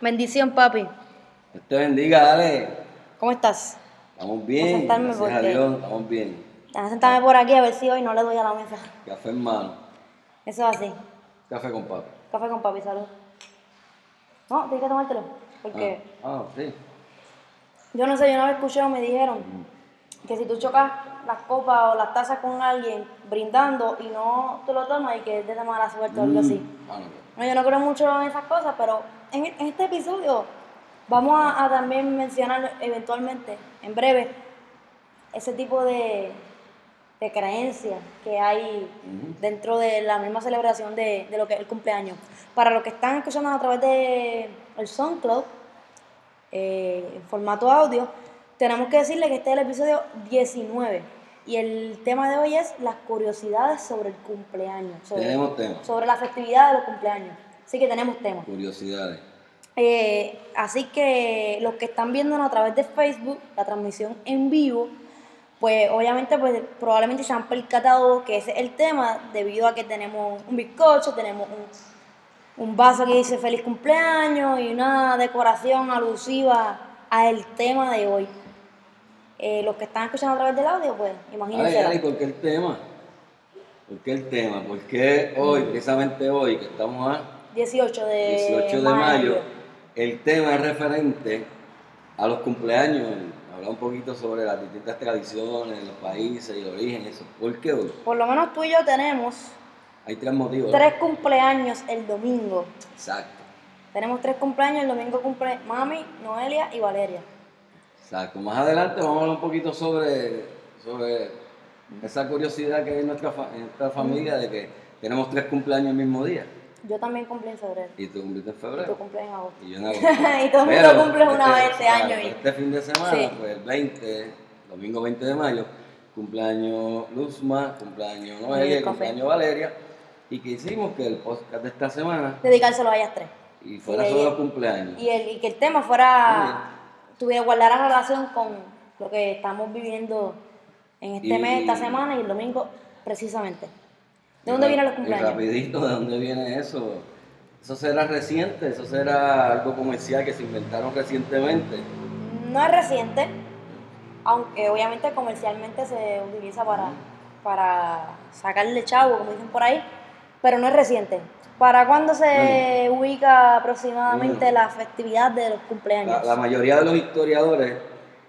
Bendición, papi. Dios te bendiga, dale. ¿Cómo estás? Estamos bien. sentarme Gracias porque- a Dios, estamos bien. Déjame sentarme por aquí a ver si hoy no le doy a la mesa. Café en mano. Eso es así. Café con papi. Café con papi, salud. No, tienes que tomártelo. Porque Ah, ah, sí. yo no sé, yo no lo escuché o me dijeron que si tú chocas las copas o las tazas con alguien brindando y no te lo tomas y que es de mala suerte o algo así. Mm, mano, qué- No, yo no creo mucho en esas cosas, pero en, en este episodio vamos a, a también mencionar eventualmente, en breve, ese tipo de, de creencias que hay dentro de la misma celebración de, de lo que es el cumpleaños. Para los que están escuchando a través de el SoundCloud, eh, en formato audio, tenemos que decirle que este es el episodio 19 y el tema de hoy es las curiosidades sobre el cumpleaños. sobre- Tenemos temas. sobre la festividad de los cumpleaños. Así que tenemos temas. Curiosidades. Eh, así que los que están viéndonos a través de Facebook, la transmisión en vivo, pues obviamente pues, probablemente se han percatado que ese es el tema debido a que tenemos un bizcocho, tenemos un, un vaso que dice feliz cumpleaños y una decoración alusiva al tema de hoy. Eh, los que están escuchando a través del audio, pues Dale, dale, imagínense. ¿por qué el tema? ¿Por qué el tema? ¿Por qué hoy, precisamente hoy, que estamos a 18 de 18 de mayo, el tema es referente a los cumpleaños. Hablar un poquito sobre las distintas tradiciones, los países y el origen, eso. ¿Por qué hoy? Por lo menos tú y yo tenemos Hay tres motivos. Tres cumpleaños el domingo. Exacto. Tenemos tres cumpleaños. El domingo cumple Mami, Noelia y Valeria. Exacto. Más adelante vamos a hablar un poquito sobre, sobre esa curiosidad que hay en nuestra, fa- en nuestra familia de que tenemos tres cumpleaños el mismo día. Yo también cumplí en febrero. Y tú cumpliste en Y tú febrero. cumples en agosto. Y yo en agosto. Y todo el mundo Pero cumple una vez este año exacto, y- Este fin de semana, Sí. pues el 20, domingo 20 de mayo, cumpleaños Luzma, cumpleaños Y el Noelia, café. cumpleaños Valeria. Y que hicimos que el podcast de esta semana Dedicárselo a ellas tres. y fuera Sí, sobre y- los cumpleaños. Y, el, y que el tema fuera, tuviera guardara relación con lo que estamos viviendo en este Y- mes, esta semana y el domingo precisamente. ¿De dónde Y vienen ra- los Y cumpleaños? rapidito, ¿de dónde viene eso? Eso será reciente, eso será algo comercial que se inventaron recientemente. No es reciente, aunque obviamente comercialmente se utiliza para, para sacarle chavo, como dicen por ahí, pero no es reciente. ¿Para cuándo se ubica aproximadamente Bueno. la festividad de los cumpleaños? La, la mayoría de los historiadores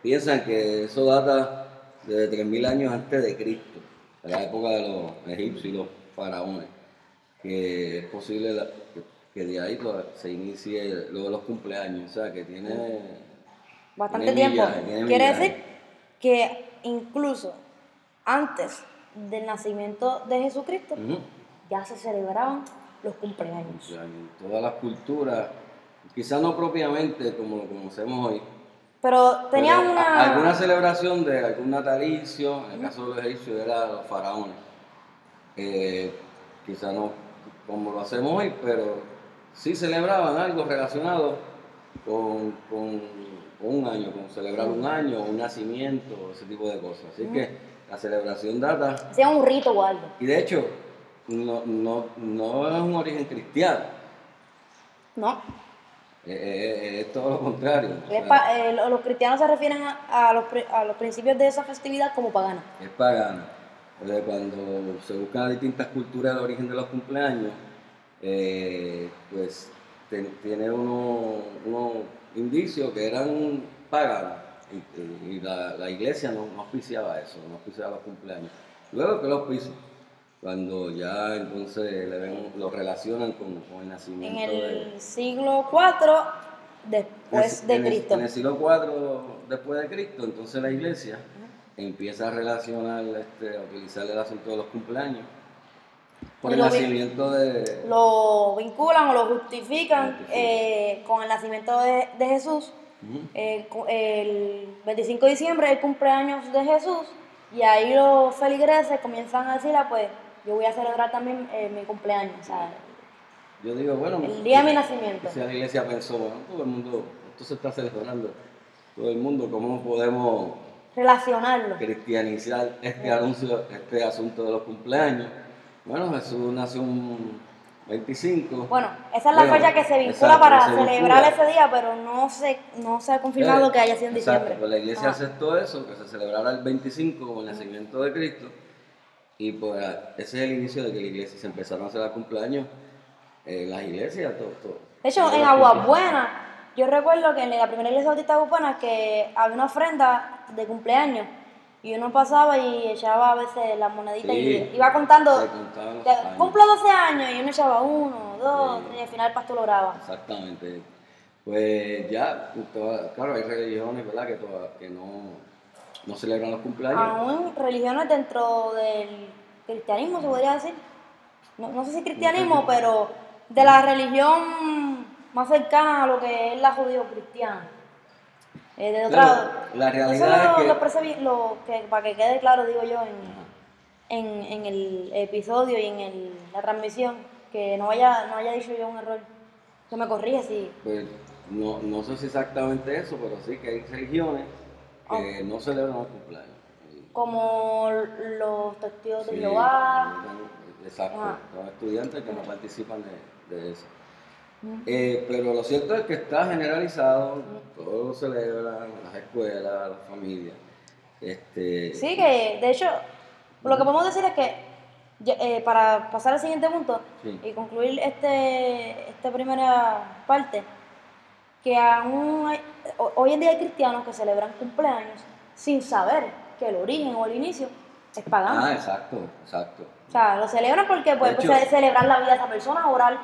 piensan que eso data de 3.000 años antes de Cristo, de la época de los egipcios y los faraones, que es posible la- que, que de ahí toda- se inicie lo de los cumpleaños, o sea, que tiene... Bastante tiene tiempo. millares, tiene eh. Quiere millares. decir que incluso antes del nacimiento de Jesucristo Ujú. ya se celebraban los cumpleaños. en todas las culturas, quizás no propiamente como lo conocemos hoy. Pero tenían pero una... a- Alguna celebración de algún natalicio, en el caso de los egipcios era los faraones. Eh, quizás no como lo hacemos hoy, pero sí celebraban algo relacionado con, con- con un año, con celebrar un año, un nacimiento, ese tipo de cosas. Así que la celebración data Hacían un rito o algo. y de hecho, no, no, no es un origen cristiano, No, eh, eh, eh, es todo lo contrario. o sea, Es pa- eh, lo- los cristianos se refieren a, a los, pri- a los principios de esa festividad como pagana. es pagano. Entonces, cuando se buscan las distintas culturas del origen de los cumpleaños, eh, pues ten- tiene unos uno indicios que eran paganos y, y- y la, la iglesia no, no auspiciaba eso, no auspiciaba los cumpleaños. Luego que los auspicia, cuando ya entonces le ven- lo relacionan con, con el En nacimiento de... el siglo IV después Pues, en de el- Cristo. En el siglo IV después de Cristo, entonces la iglesia empieza a relacionar, este, a utilizar el asunto de los cumpleaños con Y el lo vi- nacimiento de... Lo vinculan o lo justifican Justifican. eh, con el nacimiento de, de Jesús. Ujú. El, cu- el 25 de diciembre es el cumpleaños de Jesús y ahí los feligreses comienzan a decir, ah, pues yo voy a celebrar también eh, mi cumpleaños, o sea, Yo digo, bueno, el día de mi nacimiento. si la iglesia pensó, bueno, todo el mundo, esto se está celebrando, todo el mundo, ¿cómo podemos Relacionarlo. cristianizar este anuncio, este asunto de los cumpleaños? Bueno, Jesús nació un 25. Bueno, esa es la Bueno, fecha que se vincula exacto, para se celebrar vincula. ese día, pero no se, no se ha confirmado Eh, que haya sido en exacto, diciembre. pues la iglesia Ajá. aceptó eso, que se celebrara el 25 con el nacimiento de Cristo. Y pues ah, ese es el inicio de que la iglesia se empezaron a celebrar cumpleaños en las iglesias, todo. todo. De hecho, Todas en las Aguabuena, yo recuerdo que en la primera iglesia bautista de Aguabuena que había una ofrenda de cumpleaños y uno pasaba y echaba a veces la monedita Sí. y iba contando, Se contaban los de- años. cumplo 12 años y uno echaba uno, dos, Sí. tres, y al final el pastor lograba. Exactamente. Pues ya, toda- claro, hay religiones, ¿verdad?, que, toda- que no, no celebran los cumpleaños. Aún religiones dentro del cristianismo, se podría decir. No, no sé si cristianismo, pero de la religión más cercana a lo que es la judío-cristiana. Eh, de otra, Claro, la Eso realidad lo, es que... lo percibí- lo que, para que quede claro, digo yo, en, en- en el episodio y en el- la transmisión, que no haya, no haya dicho yo un error. Que me corrija si. Pues no, no sé si exactamente eso, pero sí que hay religiones que no celebran los cumpleaños. Y- Como los testigos de sí, Jehová. no, Exacto, Ajá. son estudiantes que no participan de, de eso. Eh, pero lo cierto es que está generalizado, todos lo celebran, las escuelas, las familias. Este, Sí, que de hecho, lo que podemos decir es que, ya- eh, para pasar al siguiente punto Sí. y concluir este, esta primera parte, que aún hay- ho- hoy en día hay cristianos que celebran cumpleaños sin saber que el origen o el inicio es pagano. Ah, exacto, exacto. O sea, lo celebran porque pues, De hecho- ce- celebrar la vida de esa persona, orar,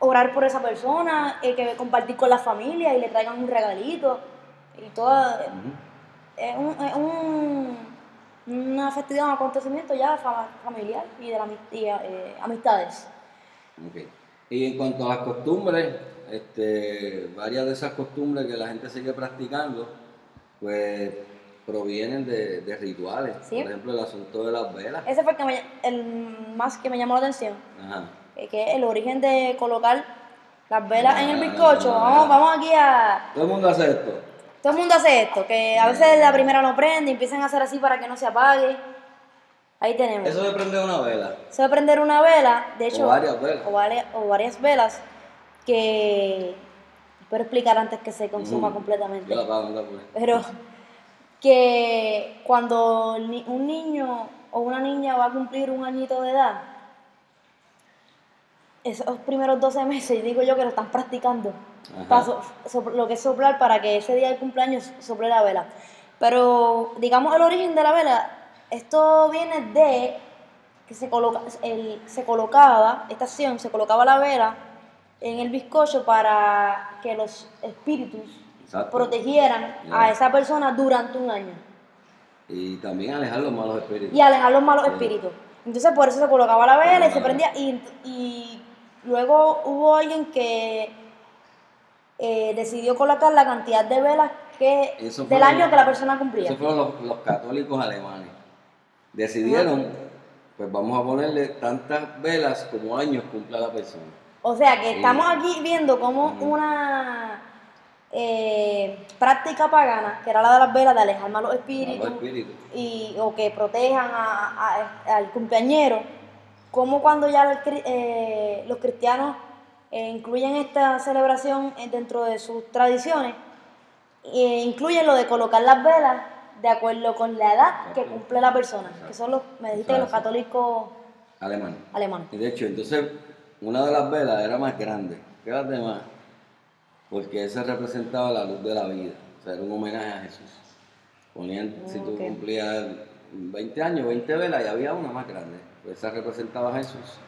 orar por esa persona, eh, que compartir con la familia y le traigan un regalito y toda Ujú. es un, es un- una festividad, un acontecimiento ya fama- familiar y de la, ami- y, eh, amistades. Ok. Y en cuanto a las costumbres, este, varias de esas costumbres que la gente sigue practicando, pues provienen de, de rituales. Sí. Por ejemplo, el asunto de las velas. Ese fue el, que me- el más que me llamó la atención, Ajá. eh, que es el origen de colocar las velas en el Ah. bizcocho. Vamos, vamos aquí a... Todo el mundo hace esto. Todo el mundo hace esto, que a veces la primera no prende, empiezan a hacer así para que no se apague. Ahí tenemos. Eso de prender una vela. Se va a prender una vela, de hecho, O varias velas. o varias, o varias velas que espero explicar antes que se consuma Mm. completamente. Yo la apago, no la pongo. Pero que cuando el ni- un niño o una niña va a cumplir un añito de edad, esos primeros 12 meses, digo yo que lo están practicando, Ajá. para so- sopl- lo que es soplar para que ese día del cumpleaños sople la vela. Pero digamos el origen de la vela, esto viene de que se, coloca, el- se colocaba, esta acción, se colocaba la vela en el bizcocho para que los espíritus Exacto. protegieran a Ya. esa persona durante un año Y también alejar los malos espíritus. y alejar los malos espíritus. Entonces por eso se colocaba la vela y se Ah. prendía y, y luego hubo alguien que eh, decidió colocar la cantidad de velas que Eso fue del lo- año que la persona cumplía. Esos fueron los, los católicos alemanes. Decidieron, pues vamos a ponerle tantas velas como años cumpla la persona. O sea que Sí. estamos aquí viendo cómo una eh, práctica pagana, que era la de las velas, de alejar malos espíritus, Malos espíritus. y, o que protejan a- a- al cumpleañero, como cuando ya el cri- eh, los cristianos eh, incluyen esta celebración eh, dentro de sus tradiciones, eh, incluyen lo de colocar las velas de acuerdo con la edad que Exacto. cumple la persona, que son los, me dijiste que los Exacto. católicos Alemanes. alemanes. Y De hecho, entonces, una de las velas era más grande que las demás, porque esa representaba la luz de la vida. O sea, era un homenaje a Jesús. Ponían, si tú ok. cumplías 20 años, 20 velas, y había una más grande. Pues esa representaba a Jesús.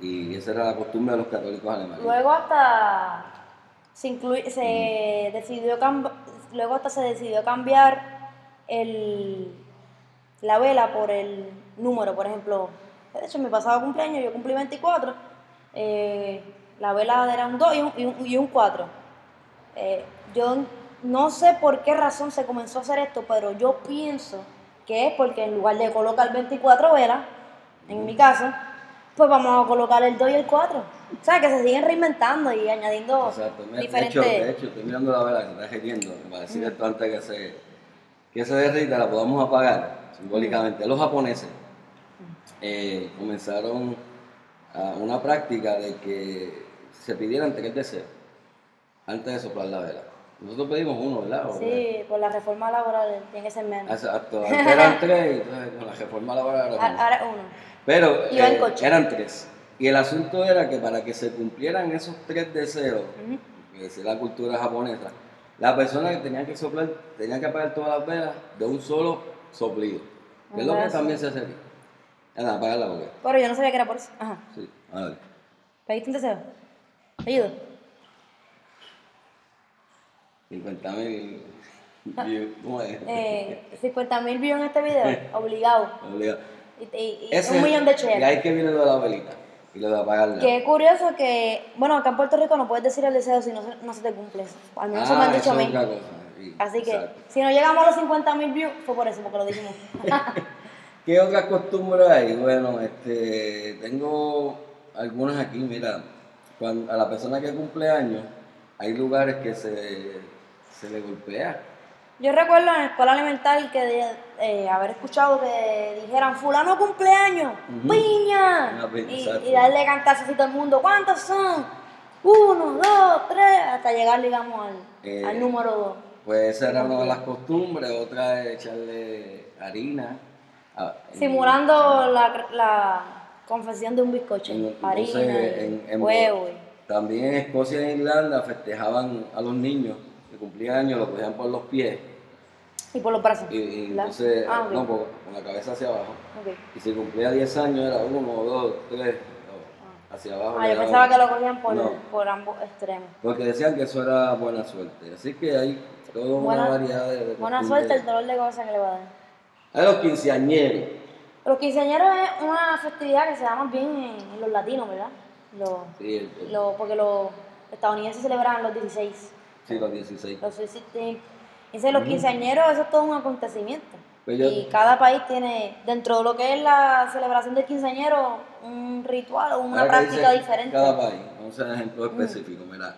Y esa era la costumbre de los católicos alemanes. Luego hasta se, inclui- se decidió cam- luego hasta se decidió cambiar el, la vela por el número, por ejemplo. De hecho, en mi pasado cumpleaños yo cumplí 24. eh, la vela era un 2 y un, y un- y un 4. Eh, yo no sé por qué razón se comenzó a hacer esto, pero yo pienso que es porque en lugar de colocar 24 velas, en mi caso, pues vamos a colocar el 2 y el 4. O sea, que se siguen reinventando y añadiendo Exacto. Mira, De hecho, diferentes... de hecho, estoy mirando la vela que se está derritiendo. Para decir Mm. esto antes que se, que se derrita, la podamos Mm. apagar simbólicamente. Los japoneses eh, comenzaron a una práctica de que se pidieran tres deseos antes de soplar la vela. Nosotros pedimos uno, ¿verdad? ¿O qué? Sí, por la reforma laboral tiene que ser menos. Exacto, antes eran tres, entonces con la reforma laboral era uno. A- Ah, Ahora es uno. Pero Iba en eh, coche. eran tres. Y el asunto era que para que se cumplieran esos tres deseos, Ujú. que decía la cultura japonesa, la persona que tenía que soplar tenía que apagar todas las velas de un solo soplido. Que es lo que Ajá, sí. también se hace aquí. Ah, Nada, apagar la boca. Pero yo no sabía que era por eso. Ajá. Sí, vale. ¿Pediste un deseo? ¿Te ayudo? 50 mil. ¿Cómo es? Ah. Eh, 50 mil views en este video, obligado. Obligado. Y, y- y Ese- un millón de Y chelas. ahí que viene lo de la velita y lo de apagarla. Qué curioso que, bueno, acá en Puerto Rico no puedes decir el deseo si no se, no se te cumple. Al menos eso me han Ah, dicho a eso es mí. otra cosa, sí, Así que, exacto. si no llegamos a los 50 mil views, fue por eso, porque lo dijimos. ¿Qué otras costumbres hay? Bueno, este, tengo algunas aquí, mira, cuando, a la persona que cumple años, hay lugares que se, se le golpea. Yo recuerdo en la escuela elemental que de- eh, haber escuchado que dijeran, fulano cumpleaños, Ujú. piña. Una piña, y, exacto. y darle cantazos a todo el mundo, ¿cuántos son? Uno, dos, tres, hasta llegar, digamos, al, Eh. al número dos. Pues esa era una de las costumbres, otra es echarle harina. a- en- Simulando la, la confesión de un bizcocho, en- entonces, harina, en- en- huevo. También en Escocia e Irlanda festejaban a los niños que cumplían años, los cogían por los pies. Y, y por los brazos. Y, y ¿verdad? entonces, Ah, ok, no, pues, con con la cabeza hacia abajo. ok. Y si cumplía 10 años era 1, 2, 3, hacia abajo. Ah, le yo daban. pensaba que lo cogían por, No, por ambos extremos. porque decían que eso era buena suerte. Así que hay toda Buena- una variedad de... de Buena costumbres. suerte el dolor de cabeza que le va a dar. A los quinceañeros. Los quinceañeros es una festividad que se da más bien en los latinos, ¿verdad? Los, Sí, el- el- los- porque los estadounidenses celebran los 16, sí, los 16. los 16. Entonces los quinceañeros, eso es todo un acontecimiento. Mm. Pues yo- y cada país tiene, dentro de lo que es la celebración del quinceañero, un ritual o una Ahora que práctica dice diferente. Mm. Cada país. Vamos a un ejemplo específico. Mira,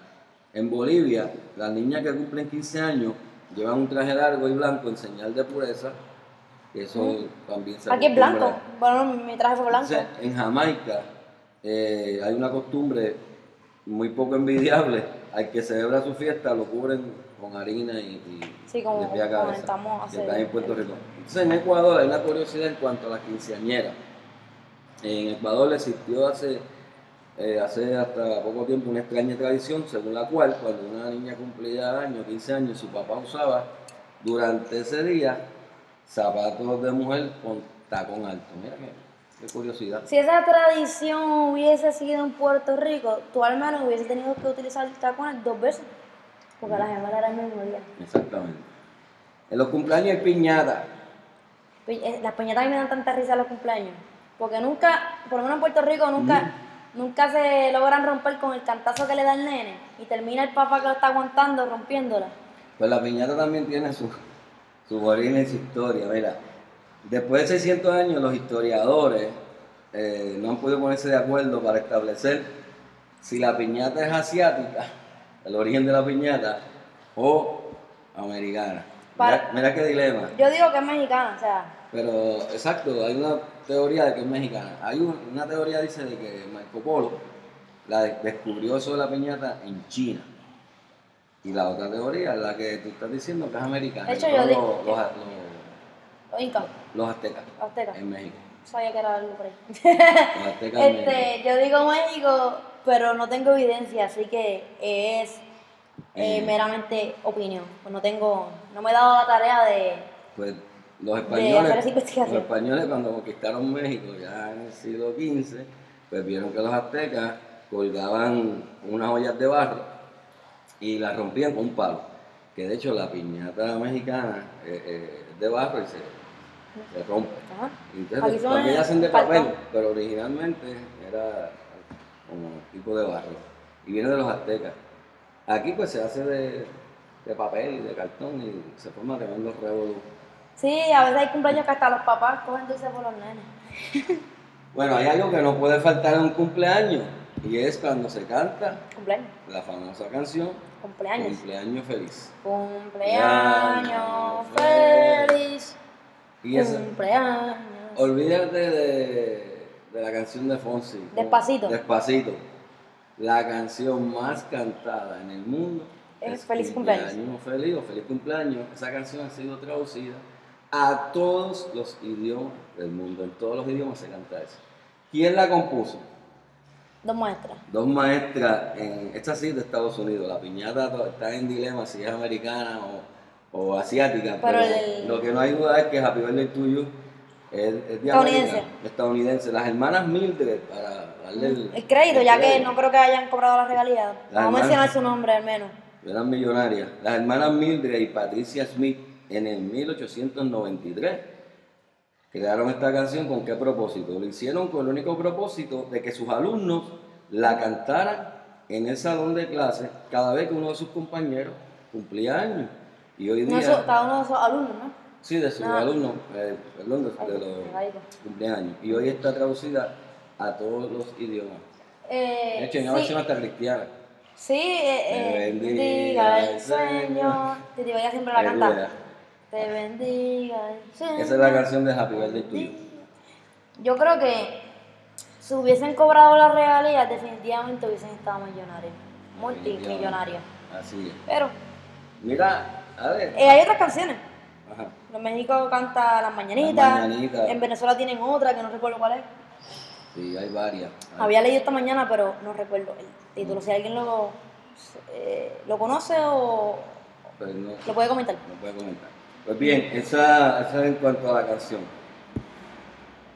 en Bolivia, las niñas que cumplen 15 años llevan un traje largo y blanco en señal de pureza. Eso también se Mm. Aquí es acostumbra. blanco. Bueno, mi traje fue blanco. Entonces, en Jamaica eh, hay una costumbre muy poco envidiable. Al que celebra su fiesta lo cubren con harina y, y Sí, como de pie a cabeza. comentamos que hace- está en Puerto Rico. Entonces en Ecuador hay una curiosidad en cuanto a las quinceañeras. En Ecuador existió hace, eh, hace hasta poco tiempo una extraña tradición según la cual cuando una niña cumplía años, 15 años, su papá usaba durante ese día zapatos de mujer con tacón alto. Mira qué, qué curiosidad. Si esa tradición hubiese sido en Puerto Rico, tu hermano hubiese tenido que utilizar tacones dos veces, Mm. porque las gemelas eran el mismo día. Exactamente. En los cumpleaños hay piñata. Pues, eh, Las peñatas a mí me dan tanta risa en los cumpleaños, porque nunca, por lo menos en Puerto Rico, nunca, nunca se logran romper con el cantazo que le da el nene y termina el papá que lo está aguantando rompiéndola. Pues la piñata también tiene su, su origen y su historia. Mira, después de 600 años los historiadores eh, no han podido ponerse de acuerdo para establecer si la piñata es asiática, el origen de la piñata, o americana. Mira, Para- mira qué dilema. Yo digo que es mexicana, o sea, Pero exacto, hay una teoría de que es mexicana. Hay un- una teoría dice de que Marco Polo la de- descubrió sobre la piñata en China. Y la otra teoría es la que tú estás diciendo que es americana. De hecho, y yo son di- los, los, a- los- los incas, los aztecas aztecas, en México. sabía que era algo por ahí. Los aztecas en México. Este, yo digo México, pero no tengo evidencia, así que es eh, Eh. meramente opinión. Pues no tengo, no me he dado la tarea de. Pues los hacer esa españoles, investigación. los españoles cuando conquistaron México ya en el siglo XV, pues vieron que los aztecas colgaban unas ollas de barro y las rompían con un palo. Que de hecho la piñata mexicana eh, eh, es de barro y se, se rompe. Ajá. Y Aquí Entonces, son porque ellas hacen de papel, cartón. pero originalmente era como tipo de barro. Y viene de los aztecas. Aquí pues se hace de, de papel y de cartón y se forma tremendo revolución. Sí, a veces hay cumpleaños que hasta los papás cogen dulce por los nenes. Bueno, hay algo que no puede faltar en un cumpleaños y es cuando se canta Cumpleaños, la famosa canción cumpleaños. Cumpleaños feliz. Cumpleaños feliz. Y esa, Cumpleaños. olvídate de, de de la canción de Fonsi. ¿no? Despacito. Despacito. La canción más cantada en el mundo. Es Feliz Cumpleaños. Feliz o Feliz Cumpleaños. Esa canción ha sido traducida a todos los idiomas del mundo. En todos los idiomas se canta eso. ¿Quién la compuso? Dos muestras. Dos maestras, en, esta sí es de Estados Unidos, la piñata to- está en dilema si es americana o, o asiática, pero, Pero el- lo que no hay duda es que Happy Birthday to You es, es de Estadounidense. América, estadounidense. Las hermanas Mildred, para darle el, El crédito, ya que crédito, no creo que hayan cobrado la regalía. La Vamos a hermana. mencionar su nombre al menos. eran millonarias. Las hermanas Mildred y Patricia Smith en el 1893 crearon esta canción con qué propósito? Lo hicieron con el único propósito de que sus alumnos la cantaran en el salón de clase cada vez que uno de sus compañeros cumplía años. Y hoy No, día, eso- cada uno de sus alumnos, ¿no? sí, de sus Ah. alumnos, eh, perdón, de, de Ay, los cumpleaños. Y hoy está traducida a todos los idiomas. Eh, De hecho, en la sí, versión hasta cristiana. sí, eh, Me eh, bendiga bendiga el el Señor. Señor. Te digo, ella siempre la canta. Aleluya. Te bendiga el Señor. Esa es la canción de Happy Birthday to You. Yo creo que si hubiesen cobrado las regalías, definitivamente hubiesen estado millonarios. Multimillonarios. Así es. Pero Mira, a ver. eh, hay otras canciones. Ajá. En México canta Las Mañanitas. Las Mañanitas. En Venezuela tienen otra que no recuerdo cuál es. Sí, hay varias. Había leído esta mañana, pero no recuerdo el título. Si alguien lo, eh, lo conoce o Pero Ah, pues no- lo puede comentar. no puede comentar. Pues bien, esa, esa es en cuanto a la canción.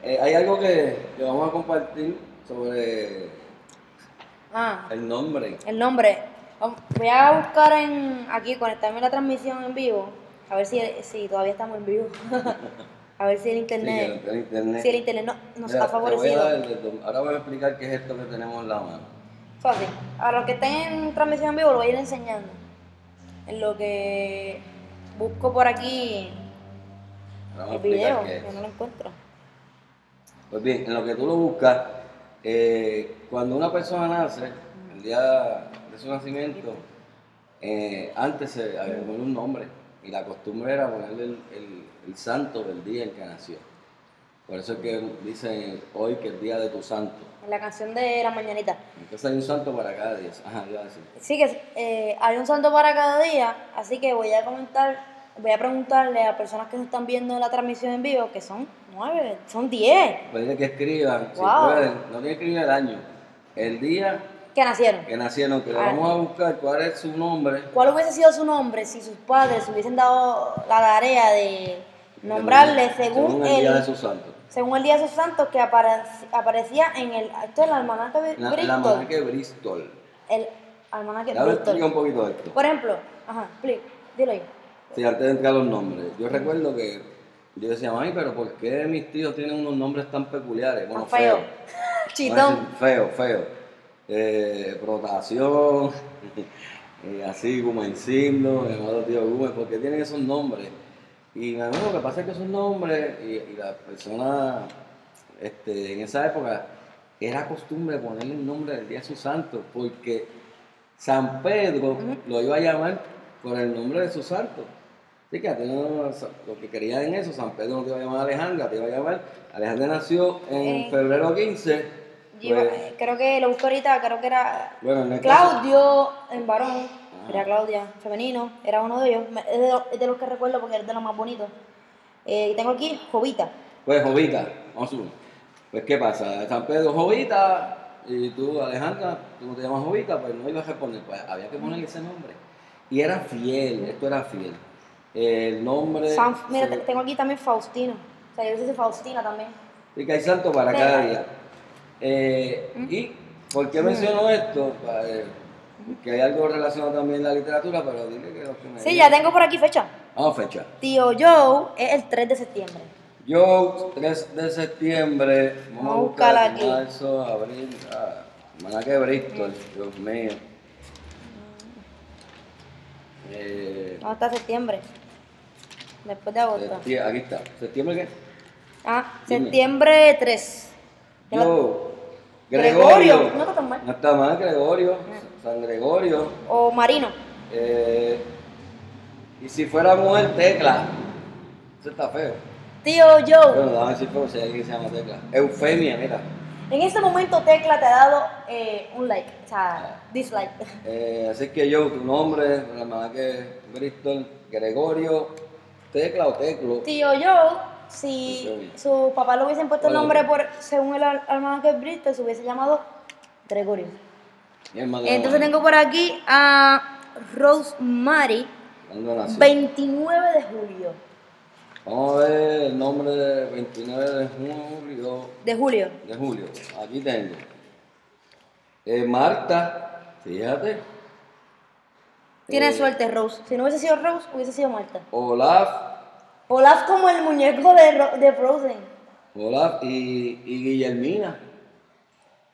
Eh, hay algo que, que vamos a compartir sobre Ah, el nombre. el nombre. Vamos- Voy a buscar en aquí, conectarme a la transmisión en vivo. A ver si, si todavía estamos en vivo. a ver si el Sí, que lo internet, entré en internet. si el internet no- nos Mira, ha te voy a dar favorecido. el- ahora voy a explicar qué es esto que tenemos en la mano. Fácil. A los que estén en transmisión en vivo lo voy a ir enseñando. En lo que busco por aquí Ahora vamos a el video, explicar qué es. que no lo encuentro. Pues bien, en lo que tú lo buscas, eh, cuando una persona nace, el día de su nacimiento, eh, antes se había que poner un nombre y la costumbre era ponerle el, el- el santo del día en que nació. Por eso es que dicen hoy que es día de tu santo. En la canción de La Mañanita. Entonces hay un santo para cada día. Ajá, iba a decir. Sí, que eh, hay un santo para cada día, así que voy a comentar, voy a preguntarle a personas que nos están viendo la transmisión en vivo, que son nueve, son diez, Pedirle Pues que escriban, si Wow. pueden, no tiene que escribir el año, el día que nacieron. que nacieron, que le Ah. vamos a buscar cuál es su nombre. ¿Cuál hubiese sido su nombre si sus padres hubiesen dado la tarea de nombrarle según el día de el, su santo. según el día de sus santos que aparec- aparecía en el, esto es el almanaque Bri- La, la Bristol, almanaque Bristol. el almanaque Ahora explica un Bristol. poquito esto. Por ejemplo, ajá, please, dilo ahí. Sí, antes de entrar a los nombres. Yo recuerdo que yo decía, mami, pero ¿por qué mis tíos tienen unos nombres tan peculiares? Bueno, Tan feo, feo. chitón. Feo, feo. Eh, protación, eh, así, Gumencino, mi amado tío Gumen, porque tienen esos nombres. Y a mí lo que pasa es que esos nombres, y, y la persona este, en esa época, era costumbre ponerle el nombre del día de su santo, porque San Pedro lo iba a llamar por el nombre de su santo. Así que a ti no- lo que querían en eso, San Pedro no te iba a llamar Alejandra, te iba a llamar. Alejandra nació en Eh. febrero 15. Yo, pues, eh, creo que lo busco ahorita, creo que era bueno, en el caso- Claudio en varón, Ajá. era Claudia, femenino, era uno de ellos, Me- es de, lo- es de los que recuerdo porque es de los más bonitos. Eh, y tengo aquí Jovita, Pues Jovita, vamos uno. Pues ¿qué pasa? San Pedro, Jovita, y tú Alejandra, tú no te llamas Jovita, pues no ibas a responder, pues había que ponerle ese nombre. Y era fiel, esto era fiel. El nombre... San- mira, se- te- tengo aquí también Faustino, o sea, yo hice Faustina también. Así que hay santo para cada día. Eh, ¿Y por Mm. qué menciono esto? Pa- eh, Que hay algo relacionado también a la literatura, pero dile que lo que me Sí, diga. ya tengo por aquí fecha. Vamos, fecha. Tío Joe es el 3 de septiembre. Yo, 3 de septiembre, vamos a Vamos a buscar buscarla Oh, aquí. marzo, abril, ah, semana que Bristol, Dios mío. Ah, Eh, No, está septiembre. Después de agosto. septie- aquí está, ¿septiembre qué? Ah, Dime. septiembre 3. Ya la- Yo, Gregorio. Gregorio. No está tan mal. Ah. No está mal, Gregorio, San Gregorio. O Marino. Eh, y si fuera mujer, Tecla. Eso está feo. Tío Joe. Bueno, vamos a decir feo si hay alguien que se llama Tecla. Eufemia, mira. En este momento Tecla te ha dado eh, un like, o sea, dislike. Eh, así que yo, tu nombre, la verdad que Bristol, Gregorio, Tecla o Teclo. Tío Joe, si su papá le hubiesen puesto el Bueno, nombre ok. por, según el al- almanaque Bristol, se hubiese llamado Gregorio. ¿Quién más le Entonces da? tengo por aquí a Rosemary, ¿Cuándo nació? 29 de julio. Vamos a ver el nombre de 29 de julio. De julio. De julio. Aquí tengo. Eh, Marta, fíjate. Eh. Tienes suerte, Rose. Si no hubiese sido Rose, hubiese sido Marta. Olaf, Olaf como el muñeco de, Ro- de Frozen. Olaf y, y Guillermina.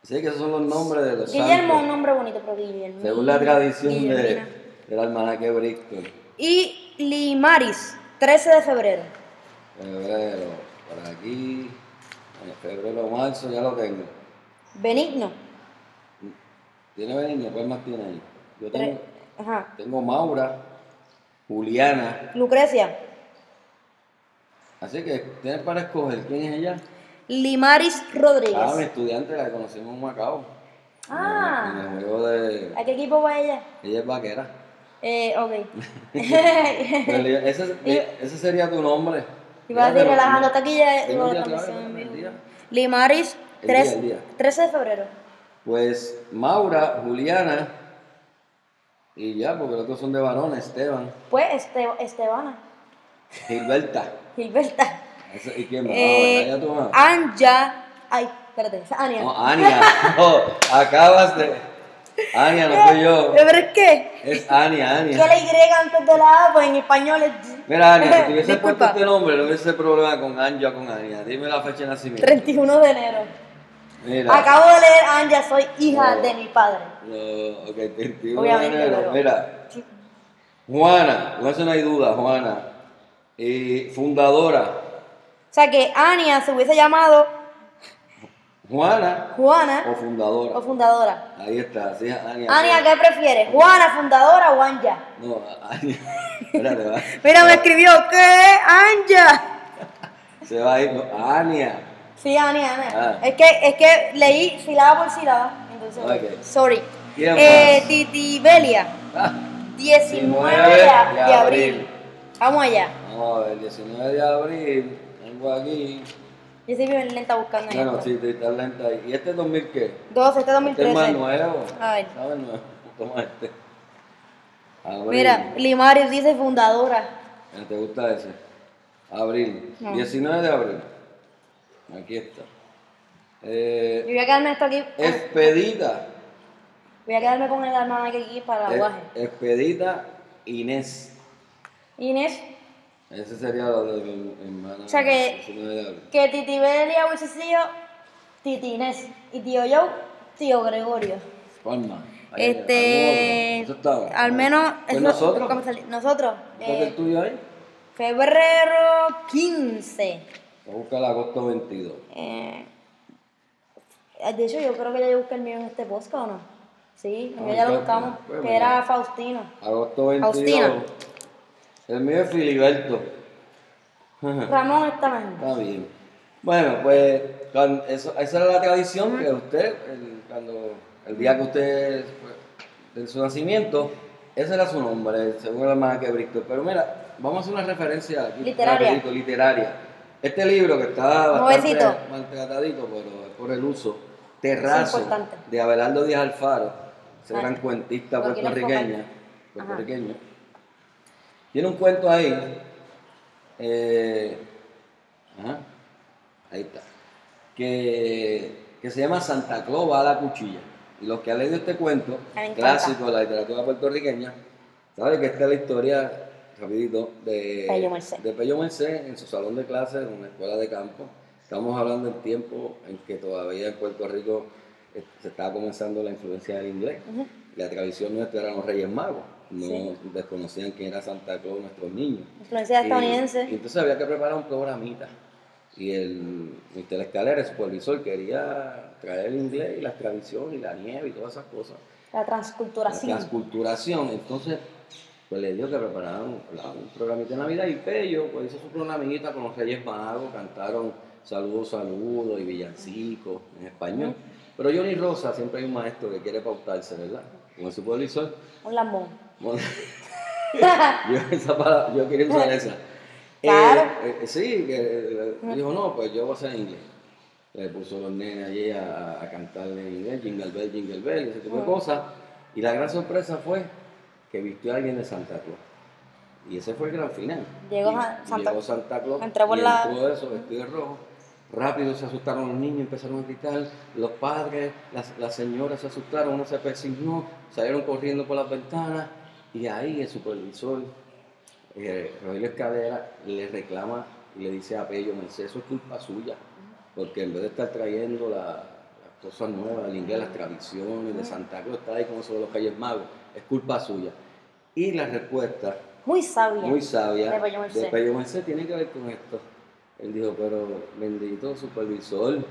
Sé que esos son los nombres de los Guillermo es un santos, nombre bonito, pero Guillermo. según la tradición de, Guillermina. del almanaque Bristol. Y Limaris, 13 de febrero. Febrero, por aquí. En febrero, marzo, ya lo tengo. Benigno. ¿Tiene Benigno? ¿Cuál más tiene ahí? Yo tengo, Tre- Ajá. tengo Maura, Juliana. Lucrecia. Así que tienes para escoger quién es ella. Limaris Ah, mi Rodríguez. estudiante la conocimos en Macao. En Ah, el juego de. ¿a qué equipo va ella? Ella es vaquera. Eh, ok. Pero yo- ese, ese sería tu nombre. Y va a Pero- ir relajando hasta aquí ya. Dime digo, el día la otra vez, transmisión en dime el vivo. día. Limaris, El tres- día, el día. 13 de febrero. Pues Maura, Juliana. Y ya, porque los otros son de varones. Esteban, Pues este, Estebana, Gilberta. Gilberta. Ese- ¿Y quién más? Eh, Ah, bueno, ya tú más. Anja. Ay, espérate, esa es Ania. No, Ania. No, acabas de. Ania, no ah, soy yo. Eh, ¿Pero es qué? Es Ania, Ania. Que la Y antes de la A, pues en español es Mira, Ania, si te hubiese puesto Disculpa. este nombre, no hubiese problema con Anja o con Ania. Dime la fecha de nacimiento. 31 de enero. Mira. Acabo de leer Anja, soy hija No. de mi padre. No, ok, 31 Obviamente, de enero. pero- Mira, Juana, con eso no hay duda, Juana. Y fundadora, O sea que Ania se hubiese llamado Juana Juana o fundadora. o fundadora. Ahí está, sí, Ania. Ania, pero- ¿qué prefieres? ¿Juana, fundadora o Anja? No, Ania. Espérate, va. Mira, me escribió, ¿qué? Anja. Se va a ir. no, Ania. Sí, Ania, Ania. Ah. Es, que, es que leí sílaba por sílaba. Entonces, Ok. sorry. ¿Quién Eh, más? Titi Belia, 19 de, 19 de de abril. abril. Vamos allá. Vamos a ver, 19 de abril. Tengo aquí. Yo estoy bien lenta buscando Bueno, esto. sí, te está lenta ahí. ¿Y este 2000 qué? 12, este Este es 2013. más nuevo. A ver. ¿Sabes nuevo? Toma este. Abril. Mira, Limaris dice fundadora. Ah, ¿Te gusta ese? Abril. No. 19 de abril. Aquí está. Yo Eh, voy a quedarme esto aquí. expedita. Voy a quedarme con el alma que aquí para Es- guaje. expedita Inés. Inés, Ese sería lo de mi hermana. O sea que- 19 de abril. que Titi Belia hubiese sido Titi Inés. Y tío Joe, tío Gregorio. ¿Cuál más? Ahí, Este. algún otro. Eso estaba. Al menos. ¿Fue eso- nosotros? ¿cómo sali- Nosotros. ¿Entonces eh, el tuyo ahí? febrero 15. Voy a buscar agosto 22. Eh, de hecho, yo creo que ya yo busqué el mío en este podcast o no. Sí, el mío ya lo Ah, claro. buscamos. Bueno, Que era Faustino. Agosto 22. Faustina. El mío es Filiberto. Ramón está mejor. Está bien. Bueno, pues cuan- eso, esa era la tradición que usted, el, cuando, el día que usted, fue- de su nacimiento, ese era su nombre, según la marca de Bristol. Pero mira, vamos a hacer una referencia aquí, Literaria. rapidito, literaria. Este libro que está bastante Nuevecito. maltratadito, pero es por el uso, Terrazo, Es importante. de Abelardo Díaz Alfaro, ese Ah. gran cuentista Lo quiero puertorriqueña, Ajá. puertorriqueño. Tiene un cuento ahí. eh, ajá, ahí está. Que, que se llama Santa Claus va a la cuchilla. Y los que han leído este cuento, Me encanta. clásico de la literatura puertorriqueña, saben que esta es la historia, rapidito, de Pello Merced. de Pello Merced en su salón de clases en una escuela de campo. Estamos hablando del tiempo en que todavía en Puerto Rico eh, se estaba comenzando la influencia del inglés. Ujú. La tradición nuestra eran los Reyes Magos. No Sí. desconocían quién era Santa Claus nuestros niños. Influencia Y, y estadounidense. entonces había que preparar un programita. Y el Mr. Escalera, el supervisor, quería traer el inglés y las tradiciones y la nieve y todas esas cosas. La La transculturación. transculturación. Entonces, pues le dio que prepararan un, un programita de Navidad y Pello pues, hizo su programita con los Reyes Magos, cantaron saludos, saludos y villancicos en español. Pero Johnny Rosa siempre hay un maestro que quiere pautarse, ¿verdad? Como su pueblo y sol. Un lambón. Bueno, yo, esa palabra- yo quería usar esa. Eh, Claro. eh, sí, que, eh, dijo, no, pues yo voy a hacer en inglés. Le puso los nenes allí a, a cantarle en inglés, jingle bell, jingle bell, y ese tipo de cosas. Y la gran sorpresa fue que vistió a alguien de Santa Claus. Y ese fue el gran final. Llegó Y- Sa- y Santa- llegó Santa Claus. entró por y la- entró eso, vestido de rojo. Rápido se asustaron los niños, empezaron a gritar, los padres, las, las señoras se asustaron, uno se persignó, salieron corriendo por las ventanas y ahí el supervisor, eh, Rogelio Escalera, le reclama y le dice a Pello, Mercedes, eso es culpa suya, porque en vez de estar trayendo la- las cosas nuevas, el inglés, las tradiciones de Santa Cruz, está ahí como sobre los Reyes Magos, es culpa suya. Y la respuesta Muy sabia. muy sabia De Pello Merced. de Pello Merced tiene que ver con esto. Él dijo, pero bendito supervisor,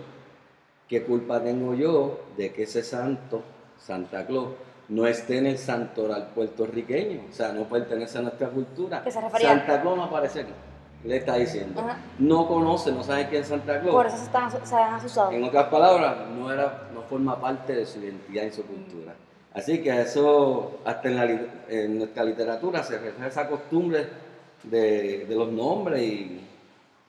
¿qué culpa tengo yo de que ese santo, Santa Claus, no esté en el santoral puertorriqueño? O sea, no pertenece a nuestra cultura. Que se refería- Santa Claus no aparece aquí. Le está diciendo. Ajá. No conoce, no sabe quién es Santa Claus. Por eso se, están, asu- se han asustado. En otras palabras, no, era, no forma parte de su identidad y su cultura. Así que eso, hasta en, la li- en nuestra literatura, se refleja esa costumbre de, de los nombres y,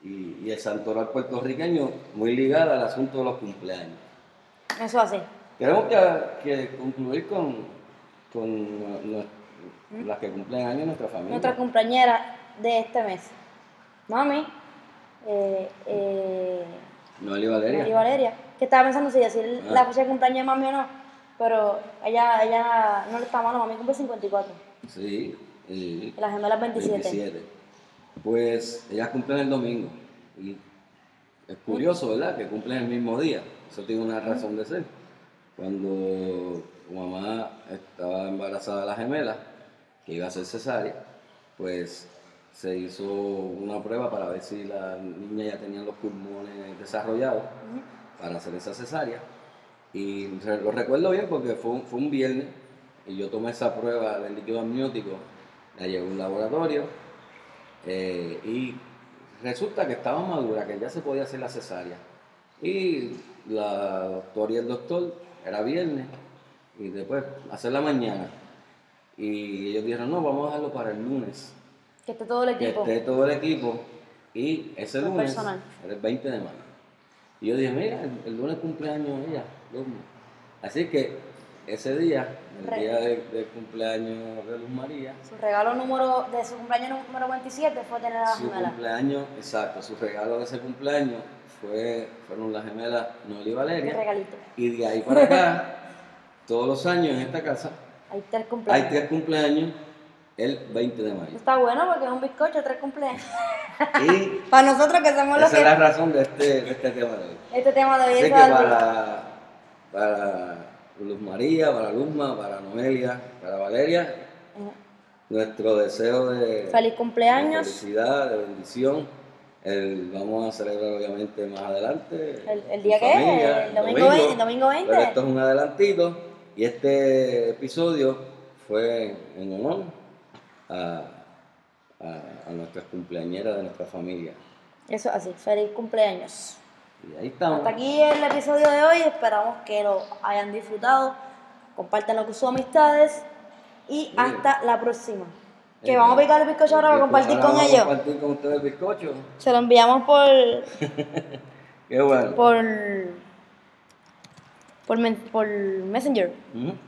y- y el santoral puertorriqueño muy ligada al asunto de los cumpleaños. Eso así. Tenemos que, que concluir con, con la- la- las que cumplen años en nuestra familia. Nuestra compañera de este mes. Mami. Eh, eh, Noel y Valeria. María Valeria, que estaba pensando si decir Ah. la fecha de cumpleaños de mami o no, pero ella, ella no le está malo, mami cumple 54, Sí. eh, y- y las gemelas 27. 27. Pues ellas cumplen el domingo. Y es curioso, ¿verdad? Que cumplen el mismo día. Eso tiene una razón de ser. Cuando tu mamá estaba embarazada de la gemela, que iba a ser cesárea, pues se hizo una prueba para ver si la niña ya tenía los pulmones desarrollados para hacer esa cesárea. Y re- lo recuerdo bien porque fue un, fue un viernes y yo tomé esa prueba del líquido amniótico, la llevé a un laboratorio eh, y resulta que estaba madura, que ya se podía hacer la cesárea. Y la doctora y el doctor, era viernes, y después hacer la mañana. Y ellos dijeron, no, vamos a dejarlo para el lunes Que esté todo el que equipo. esté todo el equipo y ese Todo lunes personal. era el 20 de mayo. Y yo dije, mira, el, el lunes cumpleaños ella, Luzma. Así que ese día, el Re- día de- del cumpleaños de Luz María, Su regalo número de su cumpleaños número 27 fue tener a las su gemelas. cumpleaños, exacto, su regalo de ese cumpleaños fue, fueron las gemelas Noel y Un Valeria. regalito. Y de ahí para acá, todos los años en esta casa, Hay tres hay cumpleaños. tres cumpleaños el 20 de mayo. Está bueno porque es un bizcocho, tres cumpleaños. Y Para nosotros que somos los esa que... es la razón de este, de este tema de hoy. Este tema de hoy Sé es que para, para Luz María, para Luzma, para Noelia, para Valeria, nuestro deseo de, Feliz de cumpleaños. felicidad, de bendición. El- vamos a celebrar obviamente más adelante. El- el en día que es, el domingo 20, el domingo 20. Pero esto es un adelantito y este episodio fue en honor a, a- a nuestras cumpleañeras de nuestra familia. Eso así, feliz cumpleaños. Y ahí estamos. Hasta aquí el episodio de hoy. Esperamos que lo hayan disfrutado. Compártanlo con sus amistades. Y hasta la próxima. Que Eh, vamos a picar el bizcocho ahora para compartir Ahora con vamos a ellos. Compartir con ustedes el bizcocho. Se lo enviamos por. Qué bueno. por. por, men- por Messenger. Ujú.